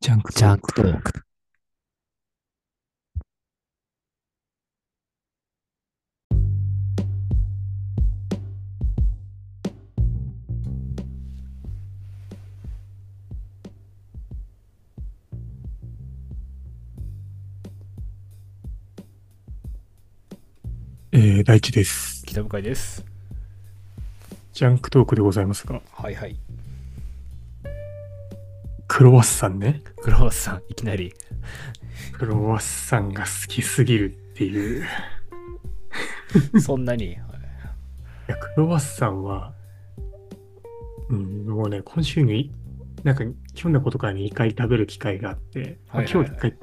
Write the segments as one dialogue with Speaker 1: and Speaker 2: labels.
Speaker 1: ジャンク
Speaker 2: ジャンクトーク。
Speaker 1: えー、大地です。
Speaker 3: 北向です。
Speaker 1: ジャンクトークでございますが、
Speaker 3: はいはい。
Speaker 1: クロワッサンね。
Speaker 3: クロワッサン、いきなり。
Speaker 1: クロワッサンが好きすぎるっていう。い
Speaker 3: そんなに。はい
Speaker 1: や、クロワッサンは、うん、もうね、今週に、なんか、ひょんなことから2回食べる機会があって、まあ
Speaker 3: はいは
Speaker 1: 今
Speaker 3: いは
Speaker 1: 日
Speaker 3: い
Speaker 1: 1回、一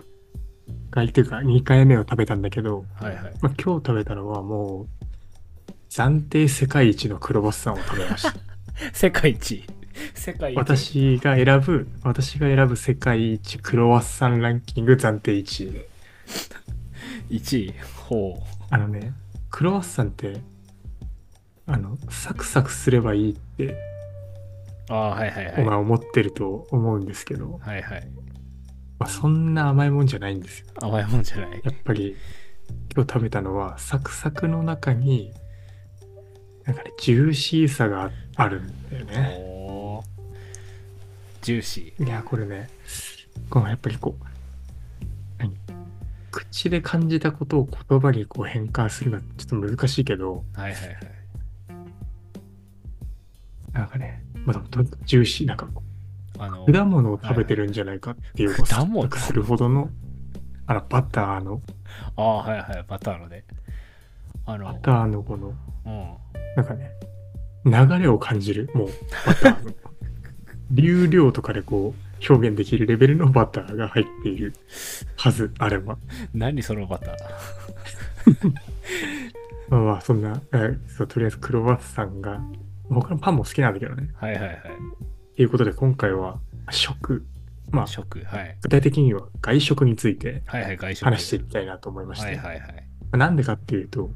Speaker 1: 回っていうか2回目を食べたんだけど、
Speaker 3: はいはい。
Speaker 1: まあ、今日食べたのはもう、暫定世界一のクロワッサンを食べま した。
Speaker 3: 世界一。世界一。。
Speaker 1: 私が選ぶ、私が選ぶ世界一クロワッサンランキング暫定1位で。
Speaker 3: 1位。ほ
Speaker 1: あのね、クロワッサンって、あの、サクサクすればいいって、
Speaker 3: う。ああー、はいはいは
Speaker 1: お
Speaker 3: い。
Speaker 1: 前思ってると思うんですけど、
Speaker 3: はいはい。
Speaker 1: まあ、そんな甘いもんじゃないんですよ。
Speaker 3: 甘いもんじゃない。
Speaker 1: やっぱり、今日食べたのは、サクサクの中に、なんかね、ジューシーさがあるんだよね。
Speaker 3: おージューシ
Speaker 1: いや、これね、このやっぱりこう、何口で感じたことを言葉にこう変換するのはちょっと難しいけど、
Speaker 3: ー。はいはいはい。
Speaker 1: なんかね、まあ、でもジューシー、なんかこう
Speaker 3: あの、
Speaker 1: 果物を食べてるんじゃないかっていう
Speaker 3: はい果物
Speaker 1: 錯覚するほどのあのバターの
Speaker 3: ああ、はいはい。バターので。あ
Speaker 1: バ
Speaker 3: の、
Speaker 1: ターのこの
Speaker 3: うん。
Speaker 1: なんかね流れを感じるもうバタ ーの流量とかでこう表現できるレベルのバターが入っているはずあれば
Speaker 3: 何そのバター。
Speaker 1: まあまあそんな、えーそうとりあえずクロワッサンが他のパンも好きなんだけどね
Speaker 3: はいはいはい。
Speaker 1: ということで今回は食まあ
Speaker 3: 食。はい。
Speaker 1: 具体的には外食について
Speaker 3: はいはい。外食。
Speaker 1: 話していきたいなと思いまして、
Speaker 3: はいはいはい。
Speaker 1: なんでかっていうと、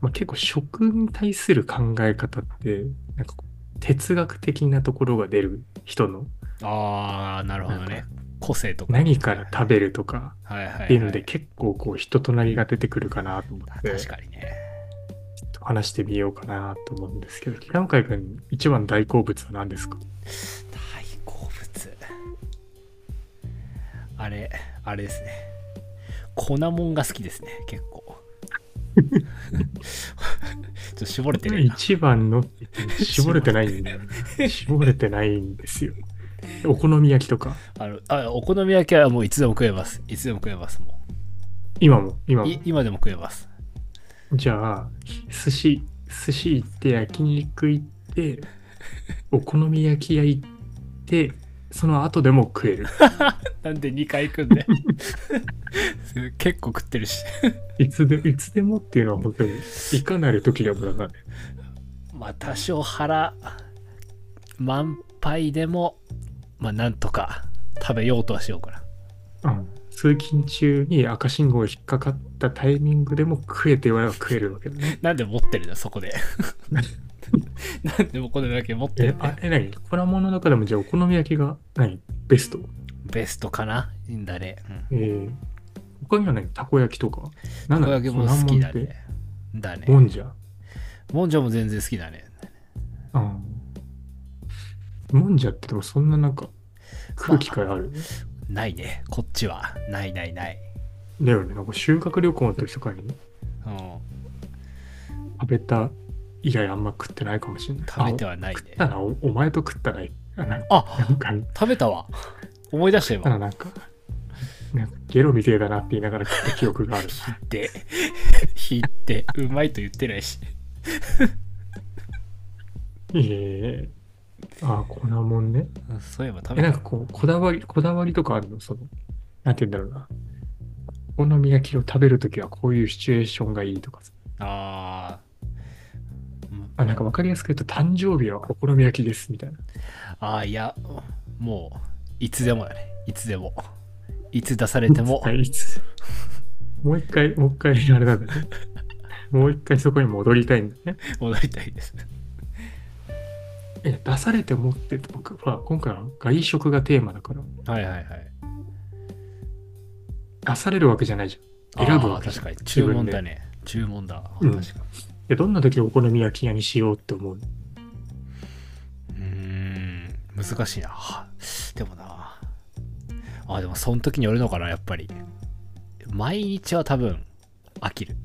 Speaker 1: まあ、結構食に対する考え方ってなんかこう哲学的なところが出る人の
Speaker 3: ああ、なるほど
Speaker 1: な
Speaker 3: ね。個性とか。
Speaker 1: 何から食べるとか
Speaker 3: はいはいはい。
Speaker 1: っていうので結構こう人となりが出てくるかなと思
Speaker 3: あ
Speaker 1: って
Speaker 3: 確かにね。
Speaker 1: 話してみようかなと思うんですけど北向井君一番大好物は何ですか
Speaker 3: 大好物あれあれですね粉もんが好きですね結構 ちょっと絞れてるな
Speaker 1: 一番の絞れてないんだよ な絞れてないんですよお好み焼きとか
Speaker 3: あのあお好み焼きはもういつでも食えますいつでも食えますも
Speaker 1: 今も今
Speaker 3: う
Speaker 1: も
Speaker 3: い今でも食えます
Speaker 1: じゃあ寿司寿司行って焼肉行ってお好み焼き屋行ってその後でも食える
Speaker 3: なんで2回行くんで 結構食ってるし
Speaker 1: いつでいつでもっていうのは本当にいかなる時でもだからね
Speaker 3: まあ多少腹満杯でもまあなんとか食べようとはしようか
Speaker 1: う
Speaker 3: な
Speaker 1: ん、通勤中に赤信号引っかかったタイミングでも食えては食えるわけだね
Speaker 3: なんで持ってるのそ こでなんでお好み焼き持ってる
Speaker 1: え
Speaker 3: の
Speaker 1: あえ何粉物の中でもじゃあお好み焼きが何ベスト
Speaker 3: ベストかないいんだね。
Speaker 1: えー、他には何たこ焼きとか
Speaker 3: う
Speaker 1: 何
Speaker 3: ん。
Speaker 1: な
Speaker 3: た
Speaker 1: ん
Speaker 3: こ
Speaker 1: だ
Speaker 3: 焼きも好きだ
Speaker 1: 粉もんって
Speaker 3: ね。だね。
Speaker 1: もんじゃ
Speaker 3: もんじゃも全然好きだね。
Speaker 1: うん。もんじゃってでもそんななんか食う機会ある、
Speaker 3: ないね。こっちは。ないないない。
Speaker 1: だよね。なんか修学旅行の時とかに
Speaker 3: うん。
Speaker 1: 食べた以来あんま食ってないかもしれない。
Speaker 3: 食べてはない
Speaker 1: あ。
Speaker 3: ね
Speaker 1: 食ったなお、お前と食ったな。あな
Speaker 3: あ
Speaker 1: なんか、食っ
Speaker 3: 食べたわ。思い出した
Speaker 1: た
Speaker 3: 今。
Speaker 1: ななんか、なんかゲロみてえだなって言いながら食った記憶がある。
Speaker 3: で、引いて、うまいと言ってないし。
Speaker 1: ええああ、こんなもんね。
Speaker 3: うんそういえば食
Speaker 1: え、
Speaker 3: べ
Speaker 1: なん
Speaker 3: た
Speaker 1: か。こう、こだわり、こだわりとかあるのその、なんて言うんだろうな。お好み焼きを食べるときはこういうシチュエーションがいいとかさ
Speaker 3: あーうん
Speaker 1: あなんか分かりやすく言うと誕生日はお好み焼きですみたいな。
Speaker 3: あー、いや、もう、いつでもだね。いつでも。いつ出されても。
Speaker 1: はいいつ もう一回、もう一回あれなん だね。もう一回そこに戻りたいんだね。
Speaker 3: 戻りたいです。
Speaker 1: え出されてもって僕は今回は外食がテーマだから
Speaker 3: はいはいはい。
Speaker 1: 出されるわけじゃないじゃん。選ぶわけ
Speaker 3: あー
Speaker 1: じゃ
Speaker 3: 確
Speaker 1: ん。
Speaker 3: かに。注文だね。注文だ。
Speaker 1: う
Speaker 3: 確
Speaker 1: ん
Speaker 3: かに。
Speaker 1: で、どんな時お好み焼き屋にしようって思う
Speaker 3: うーん。難しいな。はでもな。あ、でもその時によるのかな、やっぱり。毎日は多分飽きる。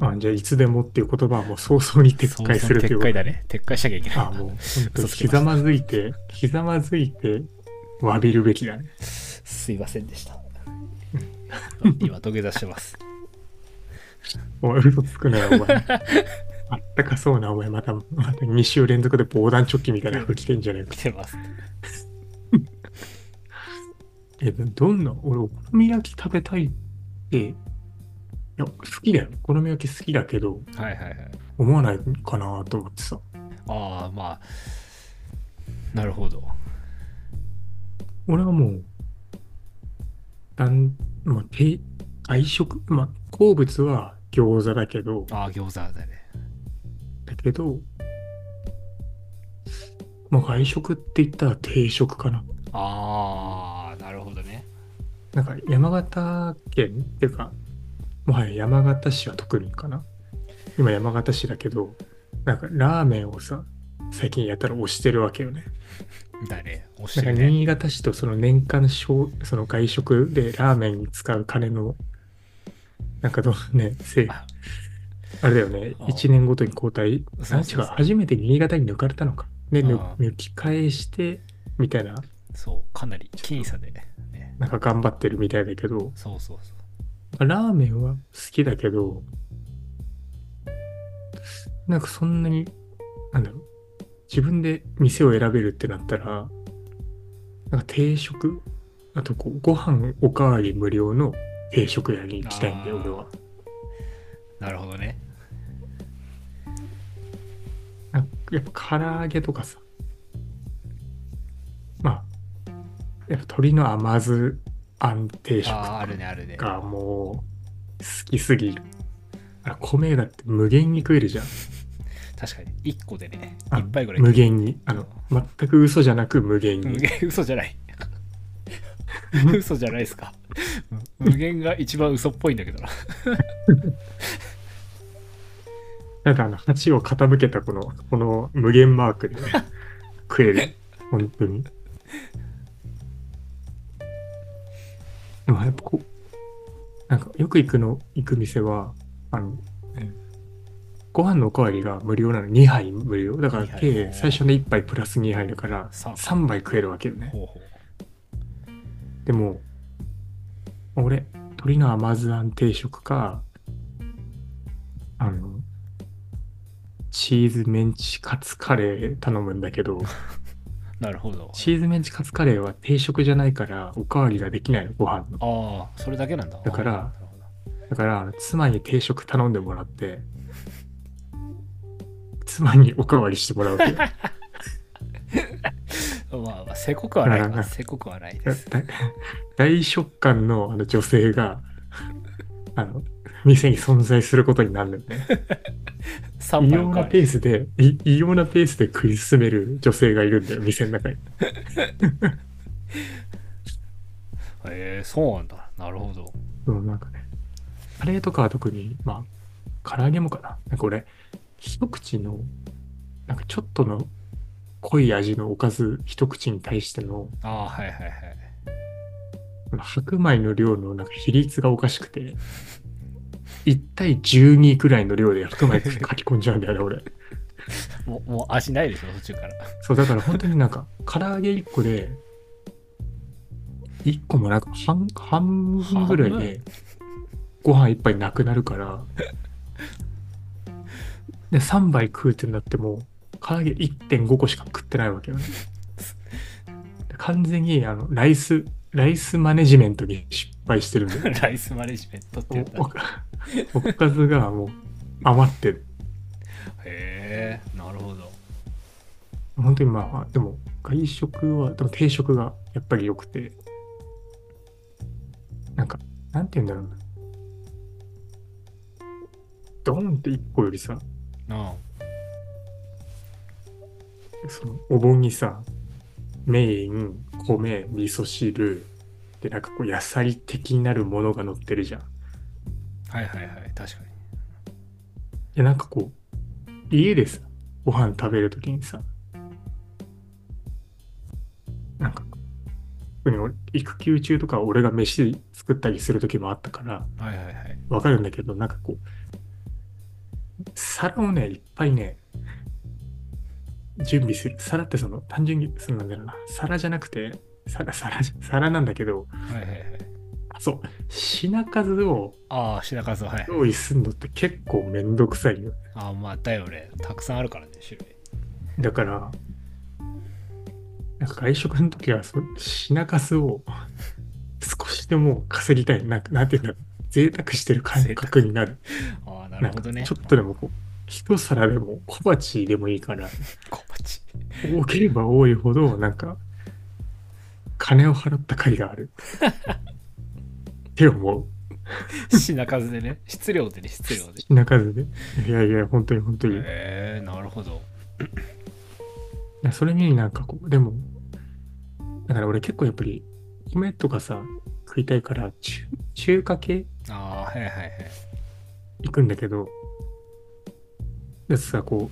Speaker 1: あじゃあ、いつでもっていう言葉はもう早々に撤回するという
Speaker 3: 撤
Speaker 1: こと
Speaker 3: 回だね。撤回しなきゃいけない。
Speaker 1: あもう、本当に
Speaker 3: 嘘つき
Speaker 1: ひ
Speaker 3: ました
Speaker 1: ざまずいて、ひざまずいて、詫びるべきだね。
Speaker 3: すいません でした。今土下座してます。
Speaker 1: お前、嘘つくなよ、 お前。あったかそうな、お前、また、また2週連続で防弾チョッキみたいな服着てんじゃねえか
Speaker 3: 来。てます。
Speaker 1: え、どんな、俺、お好み焼き食べたいって、いや、好きだよ。お好み焼き好きだけど、
Speaker 3: はいはいはい。
Speaker 1: 思わないかなと思ってさ。
Speaker 3: ああ、まあ。なるほど。
Speaker 1: 俺はもう、なんまあ、定外食、まあ、好物は餃子だけど、
Speaker 3: ああ、餃子だね。
Speaker 1: だけど、まあ、外食って言ったら定食かな。
Speaker 3: ああ、なるほどね。
Speaker 1: なんか山形県っていうか、もはや山形市は特にかな。今山形市だけど、なんかラーメンをさ、最近やったら推してるわけよね。
Speaker 3: だね。押し
Speaker 1: な
Speaker 3: て
Speaker 1: んか
Speaker 3: るね。
Speaker 1: 新潟市とその年間消その外食でラーメンに使う金の、なんかどうね、せい、
Speaker 3: あ
Speaker 1: あれだよね、
Speaker 3: あ
Speaker 1: 1年ごとに交代、
Speaker 3: そ
Speaker 1: 何
Speaker 3: う
Speaker 1: 違
Speaker 3: そう
Speaker 1: う、
Speaker 3: そう
Speaker 1: 初めて新潟に抜かれたのか。で、ぬ
Speaker 3: ああ
Speaker 1: 抜き返して、みたいな、
Speaker 3: そう、かなり僅差で、ね。
Speaker 1: なんか頑張ってるみたいだけど、
Speaker 3: そうそうそう。
Speaker 1: ラーメンは好きだけど、なんかそんなに、なんだろう、自分で店を選べるってなったら、なんか定食、あとこうご飯おかわり無料の定食屋に行きたいんだよ、
Speaker 3: あー
Speaker 1: 俺は。
Speaker 3: なるほどね。
Speaker 1: なんかやっぱ唐揚げとかさ、まあ、やっぱ鶏の甘酢安定食と
Speaker 3: ああ、
Speaker 1: か
Speaker 3: あるね、あるね。
Speaker 1: がもう好きすぎる。あ米だって無限に食えるじゃん。
Speaker 3: 確かに、1個でね、
Speaker 1: あ
Speaker 3: 1杯ぐらい。
Speaker 1: 無限にあの全く嘘じゃなく無限
Speaker 3: 無
Speaker 1: に
Speaker 3: 限、 嘘じ ゃない。嘘じゃないですか。無限が一番嘘っぽいんだけどな。
Speaker 1: ただあの鉢を傾けたこの この無限マークでね食え る本当にでもやっぱこうなんかよく行くの行く店はあのご飯のおかわりが無料なの2杯無料だから
Speaker 3: 二杯
Speaker 1: 計最初の1杯プラス2杯だから
Speaker 3: 三杯
Speaker 1: 3杯食えるわけよね
Speaker 3: ほうほう。
Speaker 1: でも、俺、鶏の甘酢あん定食か、あの、チーズメンチカツカレー頼むんだけど、
Speaker 3: なるほど。
Speaker 1: チーズメンチカツカレーは定食じゃないからおかわりができないの、ご飯の。
Speaker 3: ああ、それだけなんだ。
Speaker 1: だから
Speaker 3: あーなるほど
Speaker 1: だから、あの妻に定食頼んでもらって、妻におかわりしてもらうわけよだ
Speaker 3: まあまあ、せこくはない
Speaker 1: うんうん
Speaker 3: わ。せこくはないです。
Speaker 1: だ 大食感のあの女性が、あの、店に存在することになるんだよね。
Speaker 3: 3
Speaker 1: 異
Speaker 3: 杯お
Speaker 1: 様
Speaker 3: か
Speaker 1: な
Speaker 3: わ
Speaker 1: ペ
Speaker 3: り。
Speaker 1: ースで、い異様なペースで食い進める女性がいるんだよ、店の中に。
Speaker 3: えー、そうなんだ。なるほど。
Speaker 1: うん、なんかね。カレーとかは特に、まあ、唐揚げもかな。なんか俺、一口の、なんかちょっとの濃い味のおかず、一口に対しての、
Speaker 3: ああ、はいはいはい。
Speaker 1: この白米の量のなんか比率がおかしくて、1対12くらいの量で白米書き込んじゃうんだよね、俺。
Speaker 3: もう、もう味ないでしょ、途中から。
Speaker 1: そう、だから本当になんか、唐揚げ1個で、1個もなんか半、半分ぐらい
Speaker 3: 半
Speaker 1: で、ご飯1杯なくなるから、で、3杯食うってなっても、唐揚げ1.5個しか食ってないわけよね。で完全に、あの、ライス、ライスマネジメントに失敗してるんだよ。
Speaker 3: ライスマネジメントって言った
Speaker 1: おおかおかずがもう余ってる。
Speaker 3: へえなるほど
Speaker 1: 本当にまあでも外食はでも定食がやっぱり良くてなんかなんて言うんだろうなドーンって1個よりさ
Speaker 3: うん
Speaker 1: そのお盆にさメイン米味噌汁ってなんかこう野菜的になるものが乗ってるじゃん。い
Speaker 3: はいはいはい確かに
Speaker 1: やなんかこう家でさご飯食べるときにさなんか特に俺育休中とか俺が飯作ったりするときもあったから
Speaker 3: はいはいはい
Speaker 1: わかるんだけどなんかこう皿をねいっぱいね準備する皿ってその単純にそうなんだろうな皿じゃなくて皿皿じゃ皿なんだけど
Speaker 3: はいはいはい
Speaker 1: あそう品数を
Speaker 3: ああ品数ははい
Speaker 1: 用意するのって結構めんどくさいよ。
Speaker 3: ああまあだよねたくさんあるからね種類
Speaker 1: だから、なんか外食の時はそう品数 を少しでも稼ぎたい。なんかなんていうんだろう。贅沢してる感覚になる。
Speaker 3: あ あなるほど
Speaker 1: な
Speaker 3: ね
Speaker 1: んかちょっとでもこう、一皿でも小鉢でもいいから、
Speaker 3: 小鉢
Speaker 1: 多ければ多いほど、なんか、金を払った甲斐があ る。って思う。
Speaker 3: 品数でね質量でね質量で
Speaker 1: 品数で。いやいや、本当に本当に。
Speaker 3: へえなるほど
Speaker 1: いやそれになんかこう、でも、だから俺結構やっぱり、米とかさ、食いたいから、中中華系
Speaker 3: ああーはいはいはい
Speaker 1: 行くんだけど、だってさ、こ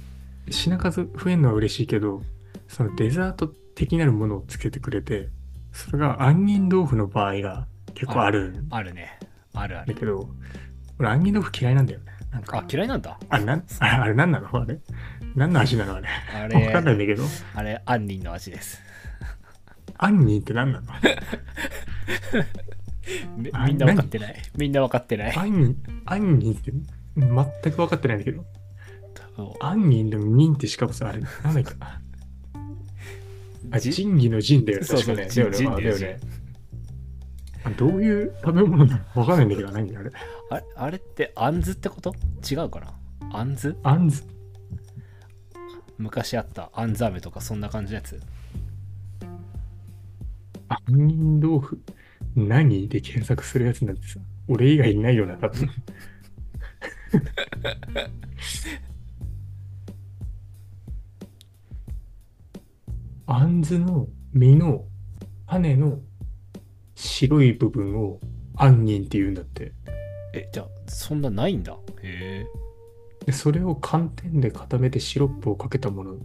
Speaker 1: う、品数増えるのは嬉しいけど、そのデザート的なるものをつけてくれて、それが杏仁豆腐の場合が結構あるん
Speaker 3: あるねあるあ
Speaker 1: だ
Speaker 3: る
Speaker 1: けど、俺杏仁豆腐嫌いなんだよね。なん
Speaker 3: あ
Speaker 1: か、
Speaker 3: 嫌いなんだ
Speaker 1: あれなん、 あれ、あれなんなのあれ何の味なのあれ。
Speaker 3: あ
Speaker 1: わかんないん
Speaker 3: れ
Speaker 1: だけど、
Speaker 3: あれ杏仁の味です
Speaker 1: 杏仁って何なの
Speaker 3: み
Speaker 1: あ
Speaker 3: みんな分かってないみんな分かってない
Speaker 1: アンニン、アンニンって全く分かってないんだけど、アンニンのニンってしかもさ、あれ、なん だっけあ、
Speaker 3: じ
Speaker 1: 仁義の仁だよね。
Speaker 3: そうそう
Speaker 1: 確か
Speaker 3: 仁
Speaker 1: ねだよね。
Speaker 3: 仁義の
Speaker 1: あだよねあどういう食べ物なの分かんないんだけど、何あれ。
Speaker 3: あれあれってあんずってこと違うかなあんず
Speaker 1: あんず、
Speaker 3: 昔あったあんず飴とかそんな感じのやつ
Speaker 1: 杏仁豆腐、何で検索するやつなんてさ、俺以外いないよな、多分。あんずの実の種の白い部分を杏仁って言うんだって。
Speaker 3: えじゃあそんなないんだへえ
Speaker 1: でそれを寒天で固めてシロップをかけたもの。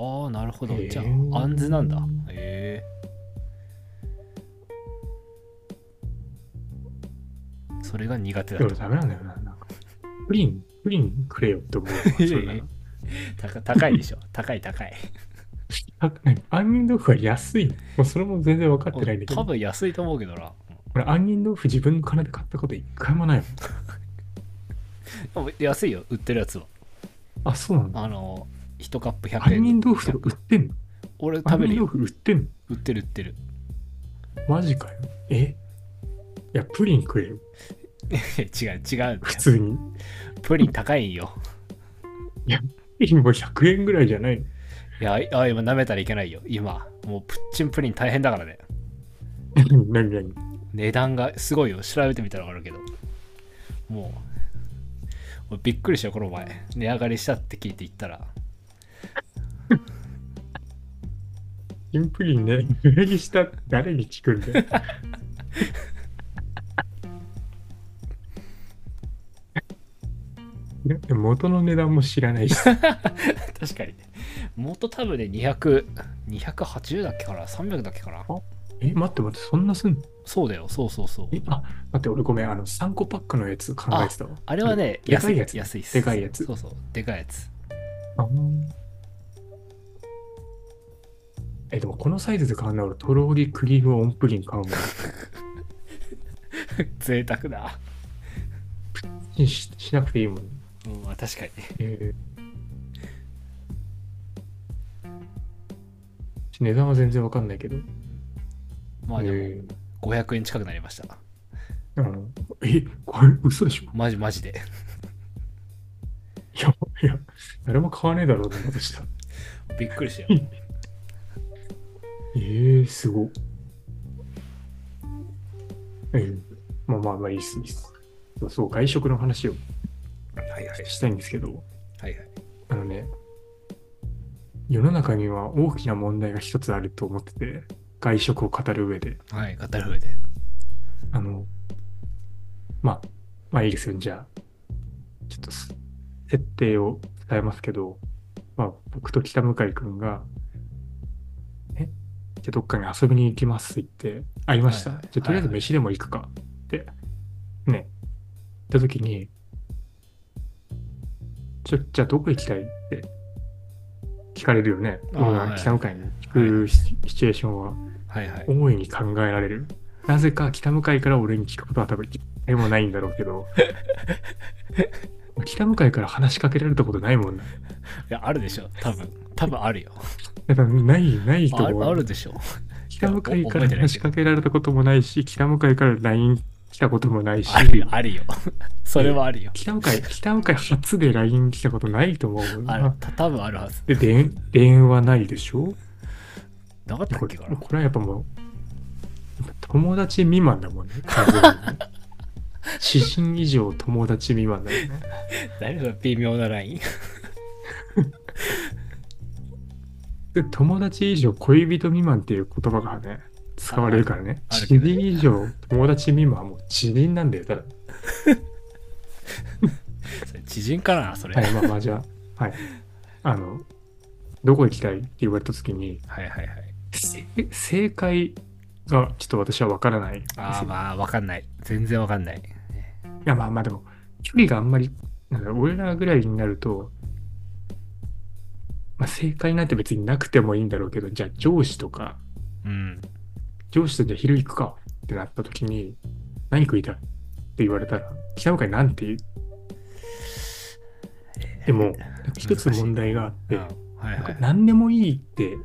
Speaker 3: ああなるほど
Speaker 1: へえ
Speaker 3: じゃああんずなんだへえそれが苦手
Speaker 1: で
Speaker 3: だ
Speaker 1: も
Speaker 3: と
Speaker 1: ダメなんだよな。なんかプリン、プリンくれよって思うわ。そんなの
Speaker 3: 高高いでしょ高い高い
Speaker 1: あ何杏仁豆腐は安いの。もうそれも全然分かってないんだけど。
Speaker 3: 多分安いと思うけどな
Speaker 1: 俺、杏仁豆腐自分の金で買ったこと一回もないもん。
Speaker 3: でも安いよ売ってるやつは
Speaker 1: あ、そうなんだ。
Speaker 3: あの1カップ100
Speaker 1: 杏仁
Speaker 3: 円
Speaker 1: 豆腐とか売ってんの
Speaker 3: 俺食
Speaker 1: 杏
Speaker 3: べ
Speaker 1: 仁
Speaker 3: る
Speaker 1: 豆
Speaker 3: よ
Speaker 1: 腐売ってんの
Speaker 3: 売ってる売ってる
Speaker 1: マジかよ。えいや、プリン食えよ。
Speaker 3: 違う違うんだよ
Speaker 1: 普通に。
Speaker 3: プリン高いんよ
Speaker 1: プリンも100円ぐらいじゃないの。
Speaker 3: いやあ今舐めたらいけないよ今もうプッチンプリン大変だからね
Speaker 1: 何何
Speaker 3: 値段がすごいよ調べてみたら分かるけどもう俺びっくりしたよこの前値上がりしたって聞いて行ったら
Speaker 1: 新プリンね、上にしたって誰に聞くんだよ。 だって元の値段も知らないしさ、
Speaker 3: 確かにね元多分ね200280だっけかな300だっけかな
Speaker 1: え、待って待って、そんなすんの
Speaker 3: そうだよそうそうそう
Speaker 1: え、あ、待って、俺ごめん、あの、3個パックのやつ考えてたわ。
Speaker 3: あれはね
Speaker 1: でか
Speaker 3: 安
Speaker 1: い
Speaker 3: い
Speaker 1: やつ
Speaker 3: 安いっす
Speaker 1: でかいやつ
Speaker 3: そうそうでかいやつ
Speaker 1: あうんえ、でもこのサイズで買うなら俺、とろりクリームオンプリン買うもん。
Speaker 3: 贅沢だ、
Speaker 1: ししなくていいもん。
Speaker 3: うん、まあ確かにね
Speaker 1: えー値段は全然わかんないけど。
Speaker 3: まあで
Speaker 1: え
Speaker 3: も500円近くなりました
Speaker 1: ーあのえ、これ嘘でしょ
Speaker 3: マジマジで
Speaker 1: いや、いや、誰も買わねえだろうと思ってした。
Speaker 3: びっくりし たよ
Speaker 1: えー、すごっ。えー、まあまあまあいいっす、いいっす。そう、外食の話を
Speaker 3: はいはい
Speaker 1: したいんですけど、
Speaker 3: はいはい
Speaker 1: あのね、世の中には大きな問題が一つあると思ってて、外食を語る上で。
Speaker 3: はい、語る上で。
Speaker 1: あの、まあ、まあいいですよ。じゃあ、ちょっとす設定を伝えますけど、まあ、僕と北向井くんが、えじゃあどっかに遊びに行きますって言って、ありました。
Speaker 3: はいはい
Speaker 1: じゃあとりあえず
Speaker 3: はいはい
Speaker 1: 飯でも行くかって、ね、行った時に、ちょ、じゃあどこ行きたいって聞かれるよね。
Speaker 3: あー
Speaker 1: 僕
Speaker 3: は
Speaker 1: が
Speaker 3: い
Speaker 1: 北向井に行くシチシチュエーションは。
Speaker 3: はいはい。
Speaker 1: 大いに考えられる。なぜか北向かいから俺に聞くことは多分一回もないんだろうけ ど。北向かいから話しかけられたことないもんな。
Speaker 3: いや、あるでしょ。多分。多分あるよ。
Speaker 1: だからない、ないと
Speaker 3: あ
Speaker 1: 思
Speaker 3: るあ
Speaker 1: う
Speaker 3: る。でしょ。
Speaker 1: 北向かいか
Speaker 3: 覚え
Speaker 1: ら
Speaker 3: てない
Speaker 1: 話
Speaker 3: け
Speaker 1: し
Speaker 3: ど
Speaker 1: かけられたこともないし、北向かいから LINE 来たこともないし、
Speaker 3: あるよ。あるよ。それはあるよ。
Speaker 1: 北向かい、北向かい初で LINE 来たことないと思うもん
Speaker 3: ある
Speaker 1: な。。
Speaker 3: た多分あるはず。
Speaker 1: で、電電話ないでしょ
Speaker 3: なかった
Speaker 1: こ
Speaker 3: っ
Speaker 1: れ
Speaker 3: けか
Speaker 1: これはやっぱもう友達未満だもんね完全 にね知人以上友達未満だよね
Speaker 3: な何その微妙なライン
Speaker 1: で友達以上恋人未満っていう言葉がね使われるからね
Speaker 3: あある
Speaker 1: 知人以上友達未満はもう知人なんだよた だ
Speaker 3: それ知人かなそれ。
Speaker 1: はいまあまあじゃあはいあのどこ行きたいって言われた時に
Speaker 3: はいはいはい。
Speaker 1: せ正解がちょっと私は分からない
Speaker 3: ああ、まあ、わかんない。全然わかんない。
Speaker 1: いやまあまあでも距離があんまりなんだろう俺らぐらいになると、まあ、正解なんて別になくてもいいんだろうけどじゃあ上司とか
Speaker 3: うん。
Speaker 1: 上司とじゃあ昼行くかってなった時に何食いたいって言われたら北向かいなんて言うでも一つ問題があっ
Speaker 3: う
Speaker 1: て、
Speaker 3: ん。はい
Speaker 1: なん
Speaker 3: は
Speaker 1: か
Speaker 3: い。
Speaker 1: 何でもいいって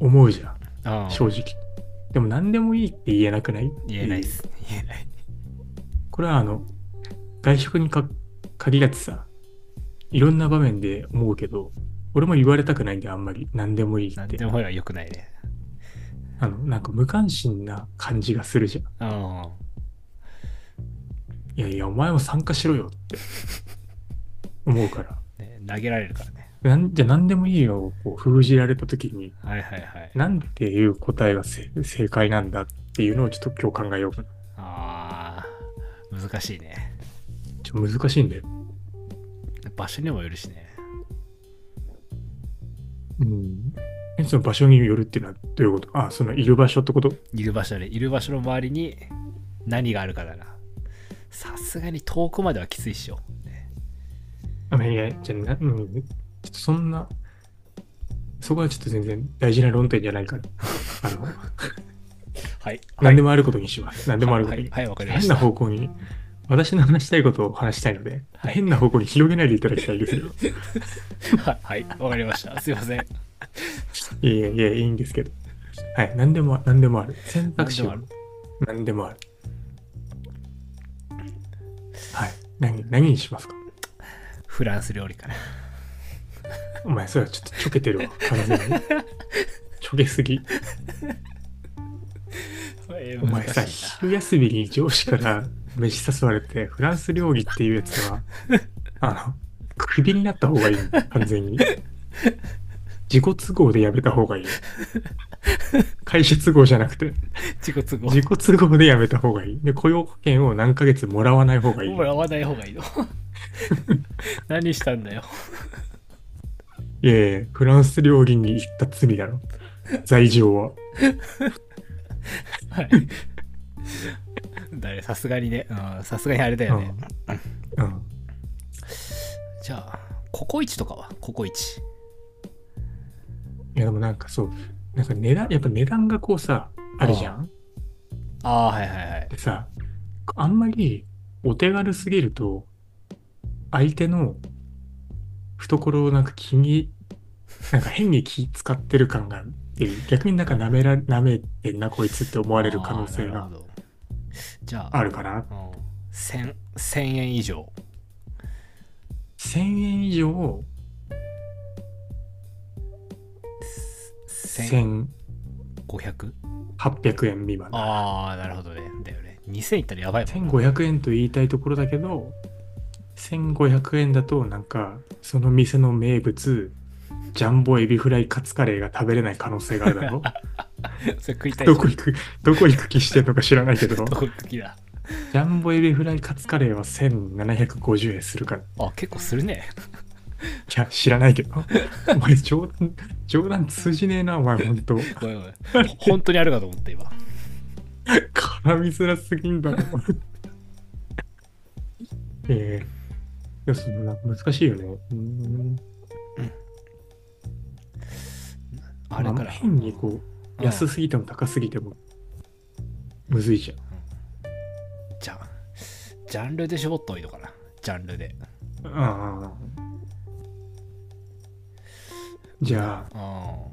Speaker 1: 思うじゃん
Speaker 3: あ
Speaker 1: 正直でも何でもいいって言えなくない
Speaker 3: 言えないです。言えない。
Speaker 1: これはあの外食にか限らずさいろんな場面で思うけど俺も言われたくないんであんまり何でもいい
Speaker 3: な
Speaker 1: っ
Speaker 3: ん
Speaker 1: て
Speaker 3: でもほら、よくないね。
Speaker 1: あのなんか無関心な感じがするじゃん
Speaker 3: うん。
Speaker 1: いやいやお前も参加しろよって思うから
Speaker 3: ね投げられるからね。
Speaker 1: なんじゃあ何でもいいよこう封じられた時に
Speaker 3: はいはいはい。
Speaker 1: なんていう答えがせ正解なんだっていうのをちょっと今日考えようかな
Speaker 3: ああ、難しいね。
Speaker 1: ちょっと難しいんだよ
Speaker 3: 場所にもよるしね。
Speaker 1: うんえその場所によるっていうのはどういうことあそのいる場所ってこと
Speaker 3: いる場所で、いる場所の周りに何があるかだな。さすがに遠くまではきついっしょ。
Speaker 1: あのいや、じゃあな、うん、ちょっとそんな、そこはちょっと全然大事な論点じゃない から、あの、
Speaker 3: はい。
Speaker 1: 何でもあることにします。何でもあること
Speaker 3: はい
Speaker 1: に。
Speaker 3: はい、わかりまし
Speaker 1: 変な
Speaker 3: た。
Speaker 1: 方向に、私の話したいことを話したいので、
Speaker 3: はい
Speaker 1: 変な方向に広げないでいただきたいです よ。
Speaker 3: はい、わかりました。すいません。
Speaker 1: いやいやいや、いいんですけど。はい、何でも、何でもある。選択肢は
Speaker 3: 何
Speaker 1: 何でもある。はい。何、何にしますか
Speaker 3: フランス料理から。
Speaker 1: お前、それはちょっとちょけてるわ。完全 に。ちょけすぎ。お前さ、
Speaker 3: 難しいな
Speaker 1: 昼休みに上司から飯誘われて、フランス料理っていうやつは、あの、クビになった方がいい。完全に。自己都合でやめた方がいい。会社都合じゃなくて、
Speaker 3: 自己都合。
Speaker 1: 自己都合でやめた方がいい。で、雇用保険を何ヶ月もらわない方がいい。
Speaker 3: もらわない方がいいの。 何したんだよ。
Speaker 1: いやいや、フランス料理に行った罪だろ。罪状は。
Speaker 3: はい。だねさすがにね、うんさすがにあれだよね。
Speaker 1: うん。うん。
Speaker 3: じゃあ、ココイチとかはココイチ。
Speaker 1: いや、でもなんかそう、なんか値段、やっぱ値段がこうさ、あるじゃん。
Speaker 3: ああ、はいはいはい。
Speaker 1: でさあんまりお手軽すぎると相手の懐をなんか気になんか変に気使ってる感があるっていう逆になんか舐めら舐めてんなこいつって思われる可能性
Speaker 3: あー
Speaker 1: が
Speaker 3: なるほどじゃあ、
Speaker 1: あるかな
Speaker 3: うん、1000, 1000円以上。
Speaker 1: 1000円以上
Speaker 3: 1500
Speaker 1: 1800円未満だ
Speaker 3: ああ、なるほどね。だよね。2000いったらやばいもんな。
Speaker 1: 1500円と言いたいところだけど1500円だとなんかその店の名物ジャンボエビフライカツカレーが食べれない可能性があるだろ
Speaker 3: それ食いたい
Speaker 1: どこ行くどこ行く気してんのか知らないけ ど
Speaker 3: どこ行く気だ
Speaker 1: ジャンボエビフライカツカレーは1750円するからい
Speaker 3: あ結構するね
Speaker 1: や知らないけ どお前冗談冗談通じねえなお前ほんと
Speaker 3: ごめんごめんほ本当にあるかと思って今
Speaker 1: 絡みづらすぎん だろええいやそのなんか難しいよねうん
Speaker 3: あれ
Speaker 1: ま
Speaker 3: か
Speaker 1: あ
Speaker 3: ら
Speaker 1: 変にこ
Speaker 3: う
Speaker 1: うん安すぎても高すぎてもむずいじゃん
Speaker 3: じゃあジャンルで絞った方がいいのかなジャンルで
Speaker 1: ああ。じゃあ、
Speaker 3: あ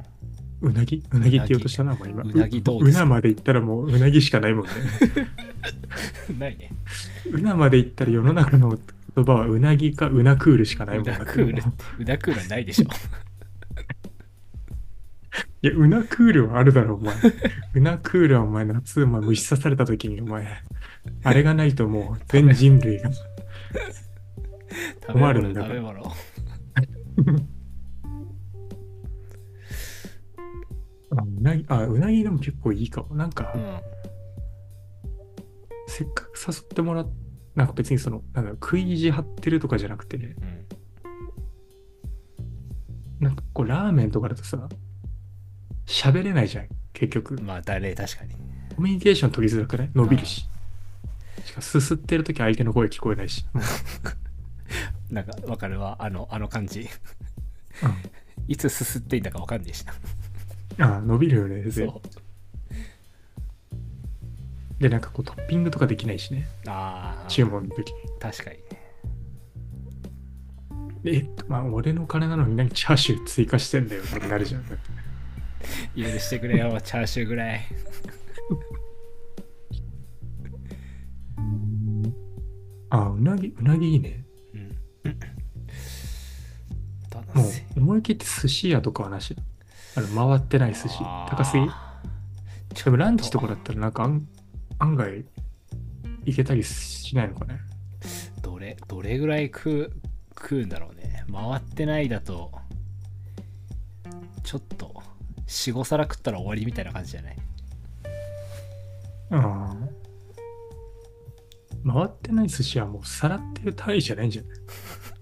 Speaker 1: うなぎうなぎって言おうとしたな、もう今。
Speaker 3: うなぎどう
Speaker 1: う
Speaker 3: ですか
Speaker 1: なまで行ったらもううなぎしかないもんね。
Speaker 3: あ ないね
Speaker 1: うなまで行ったら世の中の言葉はうなぎかうなクールしかないもん
Speaker 3: うなクールうなクールはないでしょ
Speaker 1: いや、うなクールはあるだろ、お前。うなクールはお前、夏、お前、虫刺された時に、お前、あれがないともう全人類 が。
Speaker 3: 食 べ
Speaker 1: 困る
Speaker 3: 物
Speaker 1: んだ
Speaker 3: 食
Speaker 1: から
Speaker 3: べ物
Speaker 1: あうなぎ、あ、うなぎでも結構いいかも。なんか、
Speaker 3: うん
Speaker 1: せっかく誘ってもらっなんか別にその、なんだろう、食い意地張ってるとかじゃなくて、
Speaker 3: うん
Speaker 1: なんかこうラーメンとかだとさ喋れないじゃん結局
Speaker 3: まあ誰確かに
Speaker 1: コミュニケーション取りづらくない伸びるししかもすすってる時相手の声聞こえないし、
Speaker 3: なんかわかるわあのあの感じ
Speaker 1: う、
Speaker 3: いつすすっていいんだかわかんないしなん
Speaker 1: ああ伸びるよね全
Speaker 3: そ
Speaker 1: 然
Speaker 3: う
Speaker 1: でなんかこうトッピングとかできないしね
Speaker 3: ああ
Speaker 1: 注文の時
Speaker 3: 確かにね
Speaker 1: でえっとまあ俺の金なのになんかチャーシュー追加してんだよってなるじゃん
Speaker 3: 許してくれ よチャーシューぐらい
Speaker 1: ああうなぎうなぎいいね
Speaker 3: うんだな
Speaker 1: もう
Speaker 3: せ
Speaker 1: 思い切って寿司屋とかはなしあの回ってない寿司
Speaker 3: あー
Speaker 1: 高すぎでもランチとかだったらなんか案案外いけたりしないのかね
Speaker 3: どれどれぐらい食う食うんだろうね回ってないだとちょっと45皿食ったら終わりみたいな感じじゃない
Speaker 1: ああ回ってない寿司はもうさらってる単位じゃないんじゃない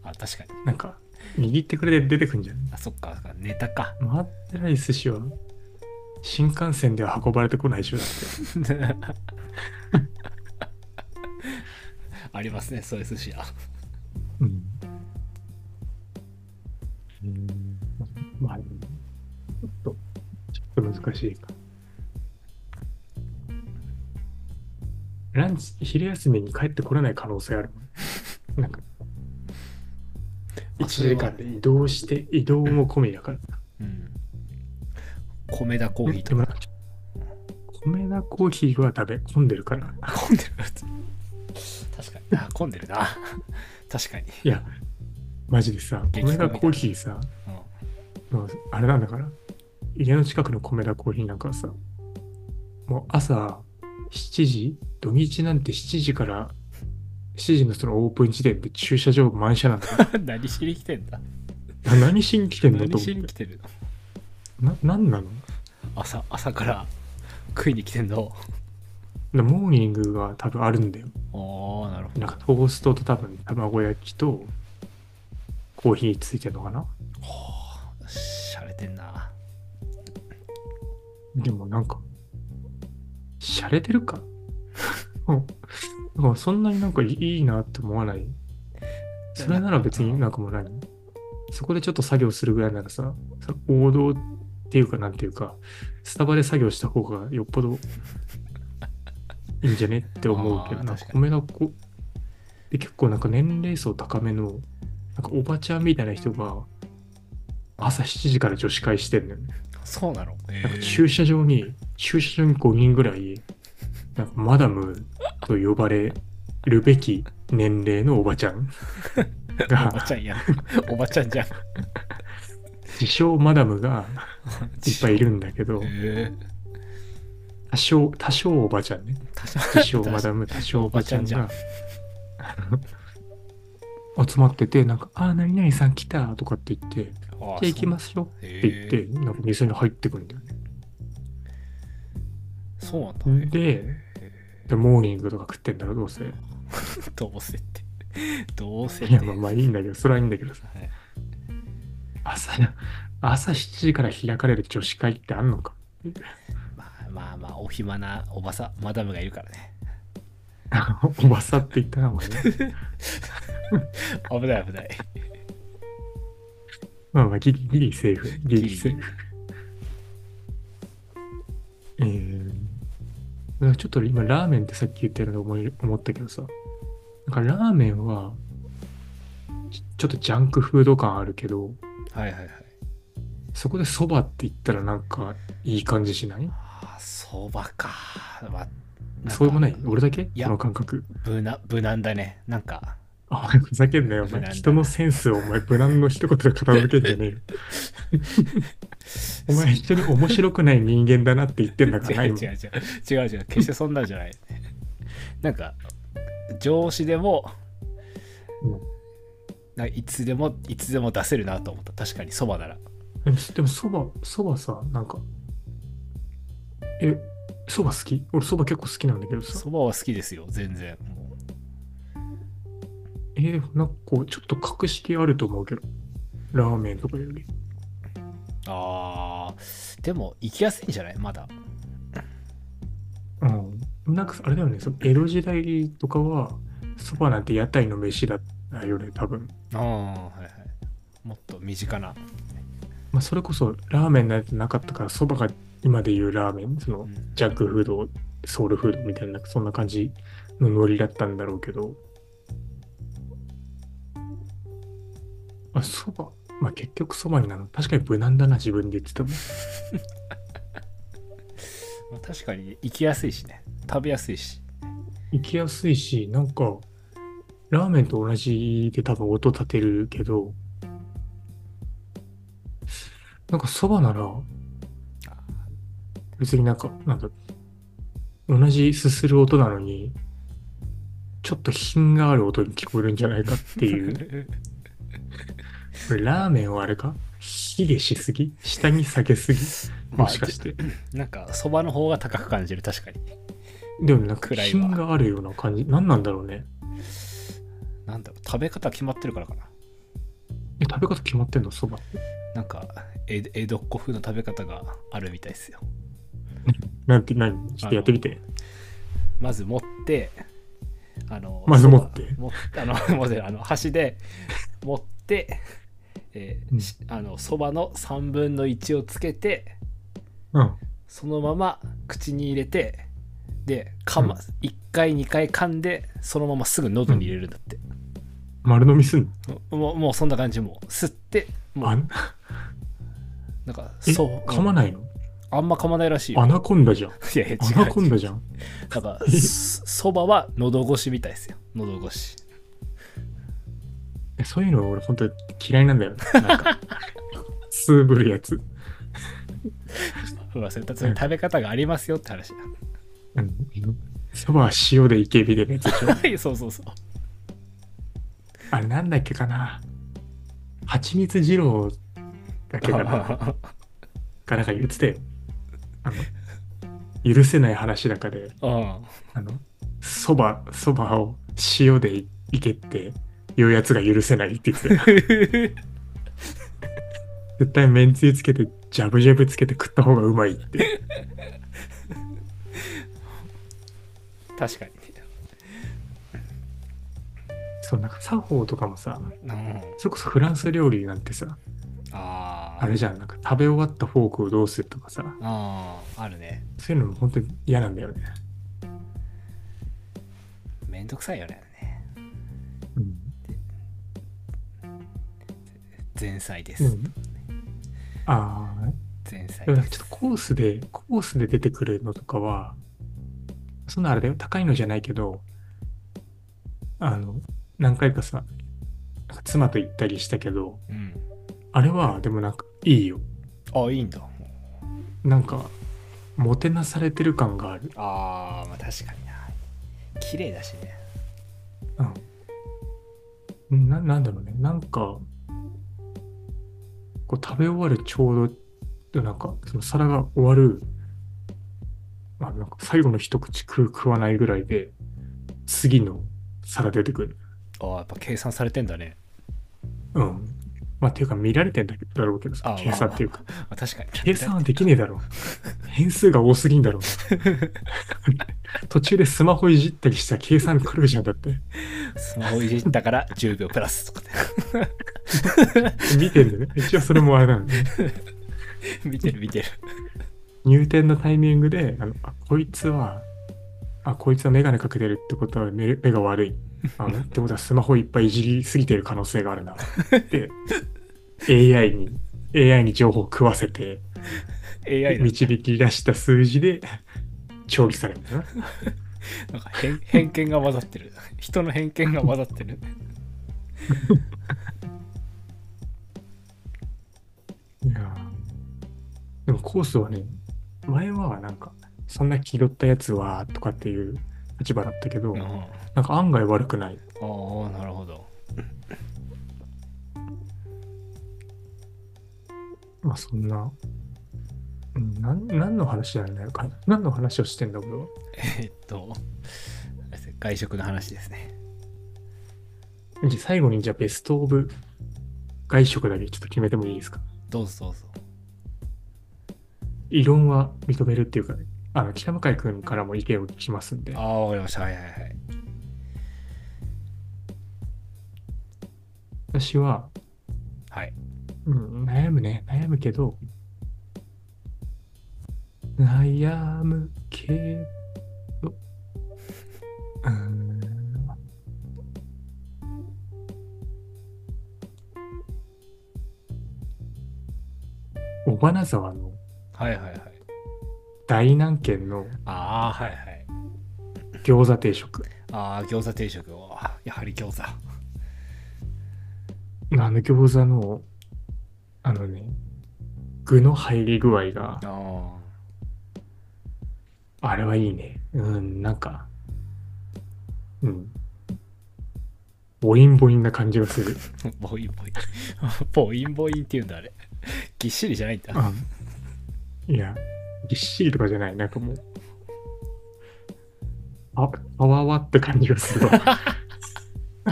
Speaker 3: あ確かに
Speaker 1: なんか握ってくれて出てくんじゃない
Speaker 3: あそっかそっかネタか
Speaker 1: 回ってない寿司は新幹線では運ばれてこないでしょだって
Speaker 3: ありますねそういう寿司屋
Speaker 1: うんうんまあでもちょっとちょっと難しいかランチ昼休みに帰ってこれない可能性あるもんね なんか1
Speaker 3: あそれは
Speaker 1: 時間で移動して移動も込みだから
Speaker 3: うん米田コーヒー
Speaker 1: で
Speaker 3: と
Speaker 1: も
Speaker 3: か
Speaker 1: なんかちょ米田コーヒーは食べ混んでるから
Speaker 3: 混んでる確かにあ混んでるな確かに、
Speaker 1: いやマジでさ
Speaker 3: 激混
Speaker 1: 米
Speaker 3: みだ
Speaker 1: 田コーヒーさ
Speaker 3: うん
Speaker 1: もうあれなんだから家の近くの米田コーヒーなんかはさもう朝7時土日なんて7時から7時のそのオープン時点で駐車場満車なん だよ
Speaker 3: 何しに来てんだ
Speaker 1: な何しに来てんのと
Speaker 3: 何
Speaker 1: 思
Speaker 3: しに
Speaker 1: っ
Speaker 3: 来
Speaker 1: て
Speaker 3: てるの
Speaker 1: な何なの
Speaker 3: 朝朝から食いに来てんの
Speaker 1: でモーニングが多分あるんだよ
Speaker 3: おーなるほ
Speaker 1: なんかトーストと多分卵焼きとコーヒーついてるのかな
Speaker 3: どしゃれてんな
Speaker 1: でもなんか、洒落てるか うんだからそんなになんかいいいなって思わない。それなら別になんかもうない。そこでちょっと作業するぐらいならさ、その王道っていうかなんていうか、スタバで作業した方がよっぽどいいんじゃねって思うけど、
Speaker 3: あー
Speaker 1: なんか
Speaker 3: 確か
Speaker 1: 米田こで結構なんか年齢層高めの、なんかおばちゃんみたいな人が朝7時から女子会してんのよね。
Speaker 3: そうなのえ
Speaker 1: なんか駐車場に、駐車場に5人ぐらい、なんかマダムと呼ばれるべき年齢のおばちゃん
Speaker 3: おば
Speaker 1: が、
Speaker 3: ちゃんやんおばちゃんじゃん
Speaker 1: 自称マダムがいっぱいい
Speaker 3: る
Speaker 1: るんだけど、
Speaker 3: え
Speaker 1: 多少、多少おばちゃんね。
Speaker 3: ー、
Speaker 1: 自称マダム、多少おばちゃん
Speaker 3: おば
Speaker 1: が、 集まってて、なんか、あー、何々さん来たとかって言って、じ
Speaker 3: あ。
Speaker 1: ゃあ行きますすよ
Speaker 3: へ
Speaker 1: って言
Speaker 3: え
Speaker 1: って、なんか店に入ってくるんだよ
Speaker 3: そうなんだ
Speaker 1: ね。
Speaker 3: ね。
Speaker 1: で、でモーニングとか食ってんだろ、どうせ。い
Speaker 3: どうせって。どうせって。
Speaker 1: や、まあまあいいんだけど、それはいいんだけどさ。
Speaker 3: はい
Speaker 1: 朝、朝7時から開かれる女子会ってあんのか
Speaker 3: まあまあまあ、お暇なおばさん、マダムがいるからね。
Speaker 1: あのおばさんって言ったな、お 前ね。
Speaker 3: 危ない危ない。
Speaker 1: まあまあ、ギリギリセーフ。ギリギリセーフ。えー、ちょっと今、ラーメンってさっき言ったような思い思ったけどさ、なんかラーメンは、ちちょっとジャンクフード感あるけど、
Speaker 3: はいはいはい。
Speaker 1: そこでそばって言ったらなんかいい感じしない
Speaker 3: ああ、そばか。まあ、んか
Speaker 1: そうでもない俺だけこ
Speaker 3: や
Speaker 1: の感覚。
Speaker 3: 無難無難だね。なんか、
Speaker 1: あ、お前ふざけんなよ、お
Speaker 3: 無難だ
Speaker 1: 前。
Speaker 3: ね
Speaker 1: 人のセンスをお前、無難の一言で片付けんじゃねえよ。お 前、人に面白くない人間だなって言ってんだか
Speaker 3: 違う
Speaker 1: ら、
Speaker 3: 違う
Speaker 1: 今
Speaker 3: 違う違う違う決してそんなんじゃないなんか上司でも、
Speaker 1: うん
Speaker 3: なんかいつでもいつでも出せるなと思った確かにそばなら
Speaker 1: でも、でもそば、そばさ、なんか、え、そば好き俺、そば結構好きなんだけどさ。
Speaker 3: そばは好きですよ全然もう
Speaker 1: えーなんかこう、ちょっと格式あると思うけど、ラーメンとかより。
Speaker 3: あーでも行きやすいんじゃないまだ
Speaker 1: うん。なんか、あれだよね、その江戸時代とかは、そばなんて屋台の飯だったよね、多分。
Speaker 3: ああはいはいもっと身近な、
Speaker 1: まあ、それこそ、ラーメンなんてなかったから、そばが今で言うラーメン、その、
Speaker 3: うん
Speaker 1: ジャックフード、ソウルフードみたいな、そんな感じのノリだったんだろうけど。あ、そば。まあ結局そばになるの。確かに無難だな、自分で言ってたもん。
Speaker 3: まあ確かに行きやすいしね食べやすいし
Speaker 1: 行きやすいし、なんか、ラーメンと同じで多分音立てるけど、なんかそばなら、別になんか、なんだ、同じすする音なのに、ちょっと品がある音に聞こえるんじゃないかって いう。これラーメンをあれか火でしすぎ下に下げすぎ
Speaker 3: まあ
Speaker 1: もしかして。
Speaker 3: なんかそばの方が高く感じる確かに
Speaker 1: でもなんか
Speaker 3: 暗いわ
Speaker 1: 品があるような感じ。何なんだろうね。
Speaker 3: なんだろう食べ方決まってるからかな
Speaker 1: え、食べ方決まってんのそばって。
Speaker 3: なんか江江戸っ子風の食べ方があるみたいですよ
Speaker 1: なんて何ちょっとやってみて。
Speaker 3: まず持ってあの
Speaker 1: まず持って
Speaker 3: 持ってあの 持ってあの箸で持ってえー
Speaker 1: うん
Speaker 3: しあのそばの3分の1をつけて
Speaker 1: うん。
Speaker 3: そのまま口に入れてでかま、
Speaker 1: うん
Speaker 3: 1回2回噛んでそのまますぐ喉に入れるんだって、
Speaker 1: 丸飲みすん
Speaker 3: もうもうそんな感じもう吸って
Speaker 1: の
Speaker 3: も
Speaker 1: あ
Speaker 3: うんなんか
Speaker 1: え
Speaker 3: そう
Speaker 1: 噛ま
Speaker 3: い
Speaker 1: ないの
Speaker 3: あんま噛まないらしいよ
Speaker 1: アナコンダじゃん。
Speaker 3: いやいや違
Speaker 1: ア
Speaker 3: う
Speaker 1: ナコンダじゃん。
Speaker 3: だからそそばは喉越しみたいですよ喉越し
Speaker 1: えそういうの俺本当に嫌いなんだよ。なんか、 スーブるやつ。
Speaker 3: うわそれたそれ食べ方がありますよって話だ
Speaker 1: うんそばは塩でイケビでるやつでしょ。
Speaker 3: はいそうそうそう
Speaker 1: あれなんだっけかな。蜂蜜二郎だっけかな。
Speaker 3: あ
Speaker 1: かなんか言ってたよ。あの、許せない話だかで、
Speaker 3: あ
Speaker 1: あの、そば、そばを塩でいいけって言うやつが許せないって言ってたよ絶対めんつゆつけて、ジャブジャブつけて食った方がうまいって。
Speaker 3: 確かに
Speaker 1: そう、なんか作法とかもさ、
Speaker 3: うん
Speaker 1: それこそフランス料理なんてさ、
Speaker 3: あー
Speaker 1: あれじゃん、なんか食べ終わったフォークをどうするとかさ、
Speaker 3: あーあるね
Speaker 1: そういうのも本当に嫌なんだよね。
Speaker 3: めんどくさいよね
Speaker 1: うん。
Speaker 3: 前菜です、
Speaker 1: うん、ああ、
Speaker 3: 前菜
Speaker 1: でも
Speaker 3: で
Speaker 1: なんかち
Speaker 3: す
Speaker 1: ょっとコースで、コースで出てくるのとかは、そんなあれだよ、高いのじゃないけど、あの、何回かさ、なんか妻と行ったりしたけど、
Speaker 3: うん
Speaker 1: あれはでもなんかいいよ。
Speaker 3: あいいんだ
Speaker 1: なんか、もてなされてる感がある。
Speaker 3: あーまあ確かにな綺麗だしね
Speaker 1: うん。ななんだろうね、なんか、こう食べ終わるちょうど、なんか、その皿が終わる、あなんか最後の一口食う食わないぐらいで、次の皿出てくる。
Speaker 3: ああ、やっぱ計算されてんだね。
Speaker 1: うん。まあ、ていうか見られてんだだろうけど
Speaker 3: あ
Speaker 1: さ
Speaker 3: あ、
Speaker 1: 計算っていうか、
Speaker 3: まあ、確かに。
Speaker 1: 計算 はできねえだろう。変数が多すぎんだろう。途中でスマホいじったりしたら計算狂うじゃんだって。
Speaker 3: スマホいじったから10秒プラスとかね。
Speaker 1: 見てんだよね。一応それもあれなのね。
Speaker 3: 見てる見てる。
Speaker 1: 入店のタイミングで、あのあこいつは、あ、こいつは眼鏡かけてるってことは目目が悪い。あ のってことはスマホいっぱいいじりすぎてる可能性があるな。で、AI に、AI に情報を食わせて、
Speaker 3: AI の
Speaker 1: 導き出した数字で、調理されるんだな。
Speaker 3: なんか偏偏見が混ざってる。人の偏見が混ざってる。
Speaker 1: いやーでもコースはね、前はなんか、そんな気取ったやつは、とかっていう立場だったけど、
Speaker 3: うん、
Speaker 1: なん
Speaker 3: あ
Speaker 1: か案外悪くない。
Speaker 3: あ、なるほど。
Speaker 1: まあそんな、うん、なん何の話なんだろうか。何の話をしてんだ、俺は。
Speaker 3: えっと、外食の話ですね。
Speaker 1: じゃあ最後にじゃあベストオブ外食だけちょっと決めてもいいですか。
Speaker 3: どうぞどうぞ。
Speaker 1: 異論は認めるっていうか、あの、北向井君からも意見を聞きますんで
Speaker 3: あ。あ、わかりました。はいはいはい。
Speaker 1: 私は、
Speaker 3: はい。
Speaker 1: うん、悩むね。悩むけど、悩むけど、うーん。尾花沢の
Speaker 3: はいはいはい。
Speaker 1: 大南県の
Speaker 3: ああ、はいはい。
Speaker 1: 餃子定食。
Speaker 3: ああ、餃子定食を。やはり餃子。
Speaker 1: あの餃子の、あのね、具の入り具合が、
Speaker 3: あ
Speaker 1: あれはいいね。うん、なんか、うん。ボインボインな感じがする。
Speaker 3: あ、ボインボ イン。ボインボインっていうんだ、あれ。ぎっしりじゃないんだ。
Speaker 1: いや、ぎっしりとかじゃない。なんかもう、あ、あわわって感じがするわ。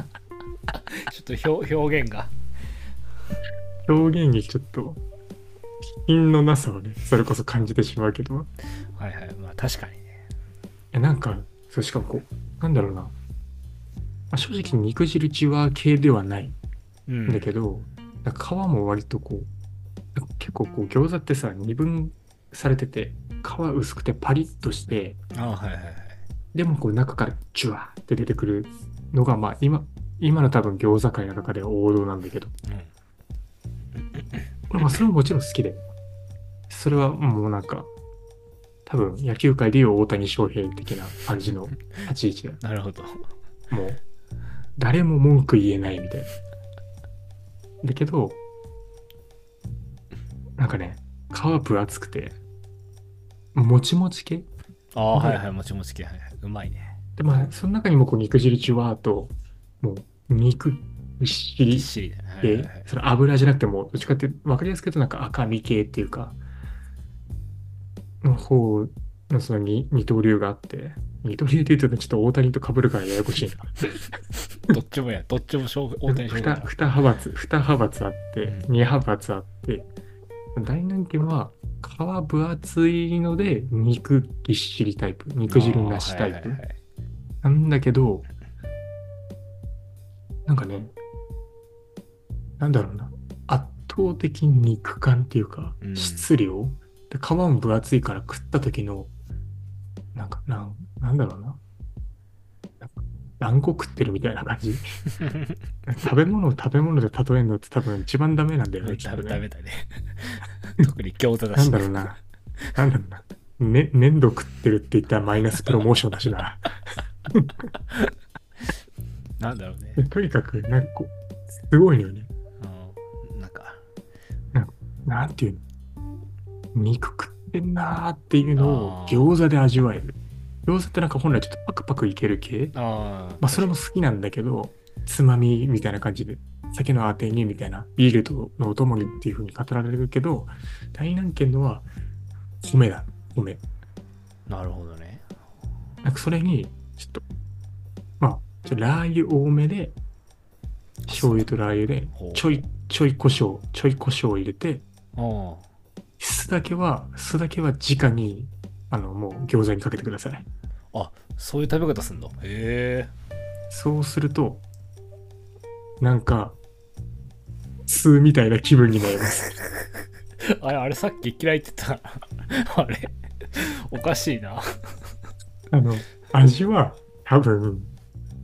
Speaker 3: ちょっと表表現が。
Speaker 1: 表現にちょっと、品のなさをね、それこそ感じてしまうけど。い
Speaker 3: はいはい。まあ確かにね。
Speaker 1: や、なんか、そうしかもこう、なんだろうな。まあ、正直、肉汁チワー系ではない。
Speaker 3: うん
Speaker 1: だけど、なんか皮も割とこうなんか結構こう餃子ってさ二分されてて皮薄くてパリッとして
Speaker 3: ああ、はいはいはい。
Speaker 1: でもこう中からジュワーって出てくるのがまあ今今の多分餃子界の中では王道なんだけど
Speaker 3: うん
Speaker 1: まあそれももちろん好きでそれはもうなんか多分野球界でいう大谷翔平的な感じの立ち位置だよ
Speaker 3: なるほど。
Speaker 1: もう、誰も文句言えないみたいな。だけど、なんかね、皮分厚くて、もちもち系
Speaker 3: ああ、はいはい。もちもち系。はいはいうまいね。
Speaker 1: で、まあ、その中にもこう肉汁チュワーと、もう、肉ぎっし
Speaker 3: ぎ
Speaker 1: り
Speaker 3: っしりだね。はいはい
Speaker 1: で
Speaker 3: はい、
Speaker 1: その油じゃなくても、どっちかって、わかりやすく言うとなんか赤身系っていうか、の方のそのに二刀流があって、二刀流って言うとちょっと大谷と被るからややこしいな。
Speaker 3: どっちもや。どっちも勝負大谷翔平
Speaker 1: 二
Speaker 3: だ。
Speaker 1: 二派閥、二派閥あって
Speaker 3: うん、
Speaker 1: 二派閥あって、大南県は皮分厚いので肉ぎっしりタイプ、肉汁なしタイプ
Speaker 3: ああはいはいはい
Speaker 1: なんだけど、なんかね、なんだろうな、圧倒的に肉感っていうか
Speaker 3: う、ん
Speaker 1: 質量、で皮も分厚いから食った時の、なんか、なんなんだろうな、なんか団子食ってるみたいな感 じ。食べ物を食べ物で例えるのって多分一番ダメなんだよね、きっ
Speaker 3: ダ
Speaker 1: と
Speaker 3: メ
Speaker 1: ね
Speaker 3: ダメだね。 特に餃子だし。
Speaker 1: なんだろうな。なんだろうな。ね、粘土食ってるって言ったらマイナスプロモーションだしな。
Speaker 3: なんだろうね。
Speaker 1: とにかく、なんかこう、すごいのよね。
Speaker 3: うんなんか、
Speaker 1: なんていうの肉食ってんなーっていうのを
Speaker 3: あー
Speaker 1: 餃子で味わえる。餃子ってなんか本来ちょっとパクパクいける系
Speaker 3: ああ、
Speaker 1: まあそれも好きなんだけど、つまみみたいな感じで酒のあてにみたいな、ビールとのお供にっていうふうに語られるけど、大南県のは米だ、米。
Speaker 3: なるほどね。
Speaker 1: なんかそれに、ちょっと、まあ、ちょラー油多めで、醤油とラー油で
Speaker 3: ほう、
Speaker 1: ちょい、ちょい胡椒、ちょい胡椒を入れて、
Speaker 3: うん。
Speaker 1: 酢だけは、酢だけは直に、あの、もう餃子にかけてください。
Speaker 3: そういう食べ方すんのへえ。
Speaker 1: そうすると、なんか、酢みたいな気分になり ます。
Speaker 3: あれ、あれさっき嫌いって言った。 あれ、おかしいな。
Speaker 1: あの、味は多分、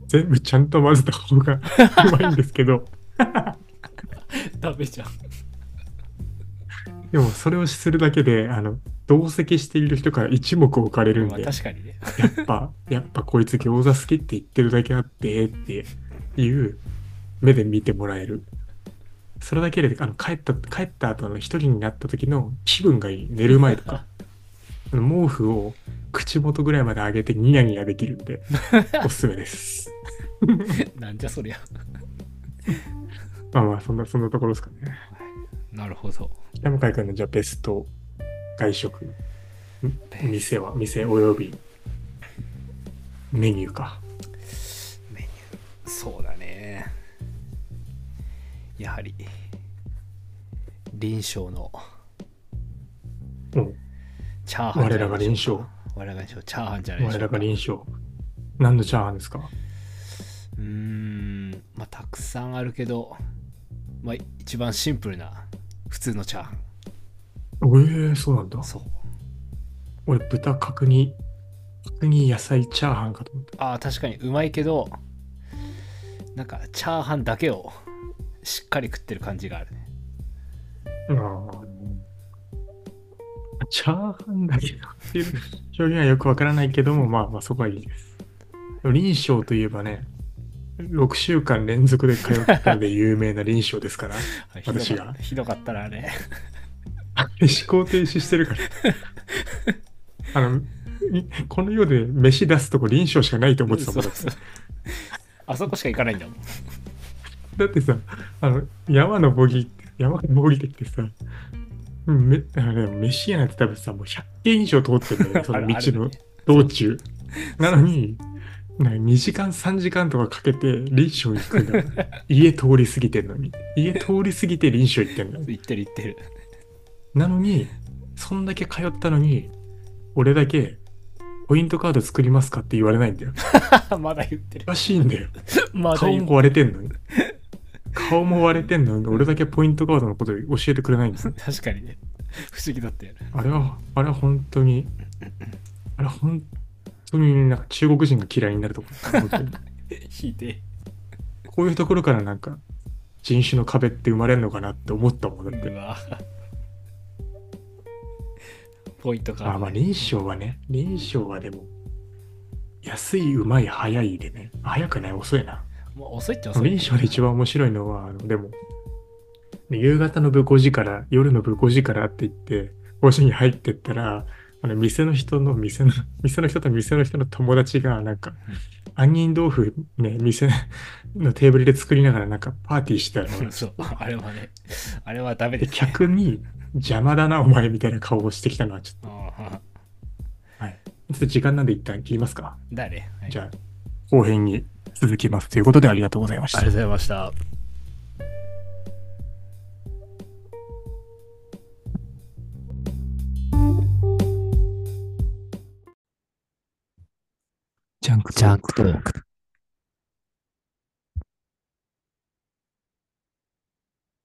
Speaker 1: 全部ちゃんと混ぜた方が うまいんですけど、
Speaker 3: ダメじゃん。
Speaker 1: でもそれをするだけで、あの、同席している人から一目置かれるん
Speaker 3: まあ
Speaker 1: で、や
Speaker 3: 確かにね。
Speaker 1: っぱ、やっぱこいつ餃子好きって言ってるだけあって、っていう目で見てもらえる。それだけで、あの、帰った、帰った後の一人になった時の気分がいい。寝る前とか。あの毛布を口元ぐらいまで上げてニヤニヤできるんで、おすすめです。
Speaker 3: なんじゃそりゃ。
Speaker 1: まあまあ、そんな、そんなところですかね。
Speaker 3: なるほど。
Speaker 1: 北向井君のじゃあベスト外食、ん店は、店およびメニューか。
Speaker 3: メニュー。そうだね。やはり、臨床の
Speaker 1: うん、
Speaker 3: チャーハン
Speaker 1: 我
Speaker 3: じ
Speaker 1: ら
Speaker 3: ゃない
Speaker 1: が
Speaker 3: で
Speaker 1: 臨
Speaker 3: しょう
Speaker 1: 床
Speaker 3: か。。我らが臨床、チャーハンじゃないで
Speaker 1: 我
Speaker 3: しょ
Speaker 1: ら
Speaker 3: うか
Speaker 1: が。臨床。何のチャーハンですか
Speaker 3: うーん、まあ、たくさんあるけど、まあ、一番シンプルな、普通のチャーハン。
Speaker 1: ええー、そうなんだ。
Speaker 3: そう。
Speaker 1: 俺、豚角煮、角煮野菜チャーハンかと思った。
Speaker 3: ああ、確かにうまいけど、なんか、チャーハンだけをしっかり食ってる感じがあるね。
Speaker 1: ああ。チャーハンだけどっていう表現はよくわからないけども、まあまあそこはいいです。でも臨床といえばね、6週間連続で通ったので有名な臨床ですから。
Speaker 3: はいひどか
Speaker 1: 私が
Speaker 3: ひどかったらね。
Speaker 1: あれ思考停止してる から。あの、いこの世で飯出すとこ臨床しかないと思ってたもんだって
Speaker 3: そうそうあそこしか行かないんだもん。
Speaker 1: だってさ、あの、山登り、山登りてきてさ、うんめあのね飯屋なんて多分さ、もう100軒以上通ってるんだよ、その道
Speaker 3: あるある
Speaker 1: の
Speaker 3: ね
Speaker 1: 道 中。なのに、な2時間3時間とかかけて臨床行くんだよ。家通り過ぎてんのに。家通り過ぎて臨床行ってんだよ。
Speaker 3: 行ってる行ってる。
Speaker 1: なのに、そんだけ通ったのに、俺だけ、ポイントカード作りますかって言われないんだよ。
Speaker 3: まだ言ってる
Speaker 1: お。かしいんだよ。
Speaker 3: まだ
Speaker 1: 顔
Speaker 3: 言う
Speaker 1: も割れてんのに。顔も割れてんのに、俺だけポイントカードのこと教えてくれないんですよ。
Speaker 3: 確かにね。不思議だったよね。
Speaker 1: あれは、あれは本当に、あれは本当になんか中国人が嫌いになるところ本当に
Speaker 3: 引いて。
Speaker 1: こういうところからなんか、人種の壁って生まれるのかなって思ったもんだって
Speaker 3: う。わ。ポイントカードね
Speaker 1: あまあ臨床はね、臨床はでも、安い、うまい、早いでね、早くない、遅いな。
Speaker 3: もう遅いっちゃ遅い。
Speaker 1: 臨床で一番面白いのは、あのでも、夕方の部5時から、夜の部5時からって言って、5時に入ってったら、あの店の人の店の、店の人と店の人の友達が、なんか、杏仁豆腐ね、店のテーブルで作りながら、なんかパーティーしてたの。
Speaker 3: そう、あれはね、あれはダメで、
Speaker 1: です
Speaker 3: ね。
Speaker 1: 客に、邪魔だな、お前みたいな顔をしてきたのは、ちょっ
Speaker 3: うん
Speaker 1: と、ちょっと時間なんで一旦切りますか。
Speaker 3: 誰、はい
Speaker 1: じゃあ、後編に続きますということでありがとうございまし
Speaker 3: あ
Speaker 1: た
Speaker 3: りがとう。ございました。
Speaker 1: ジャンク
Speaker 3: クトーク。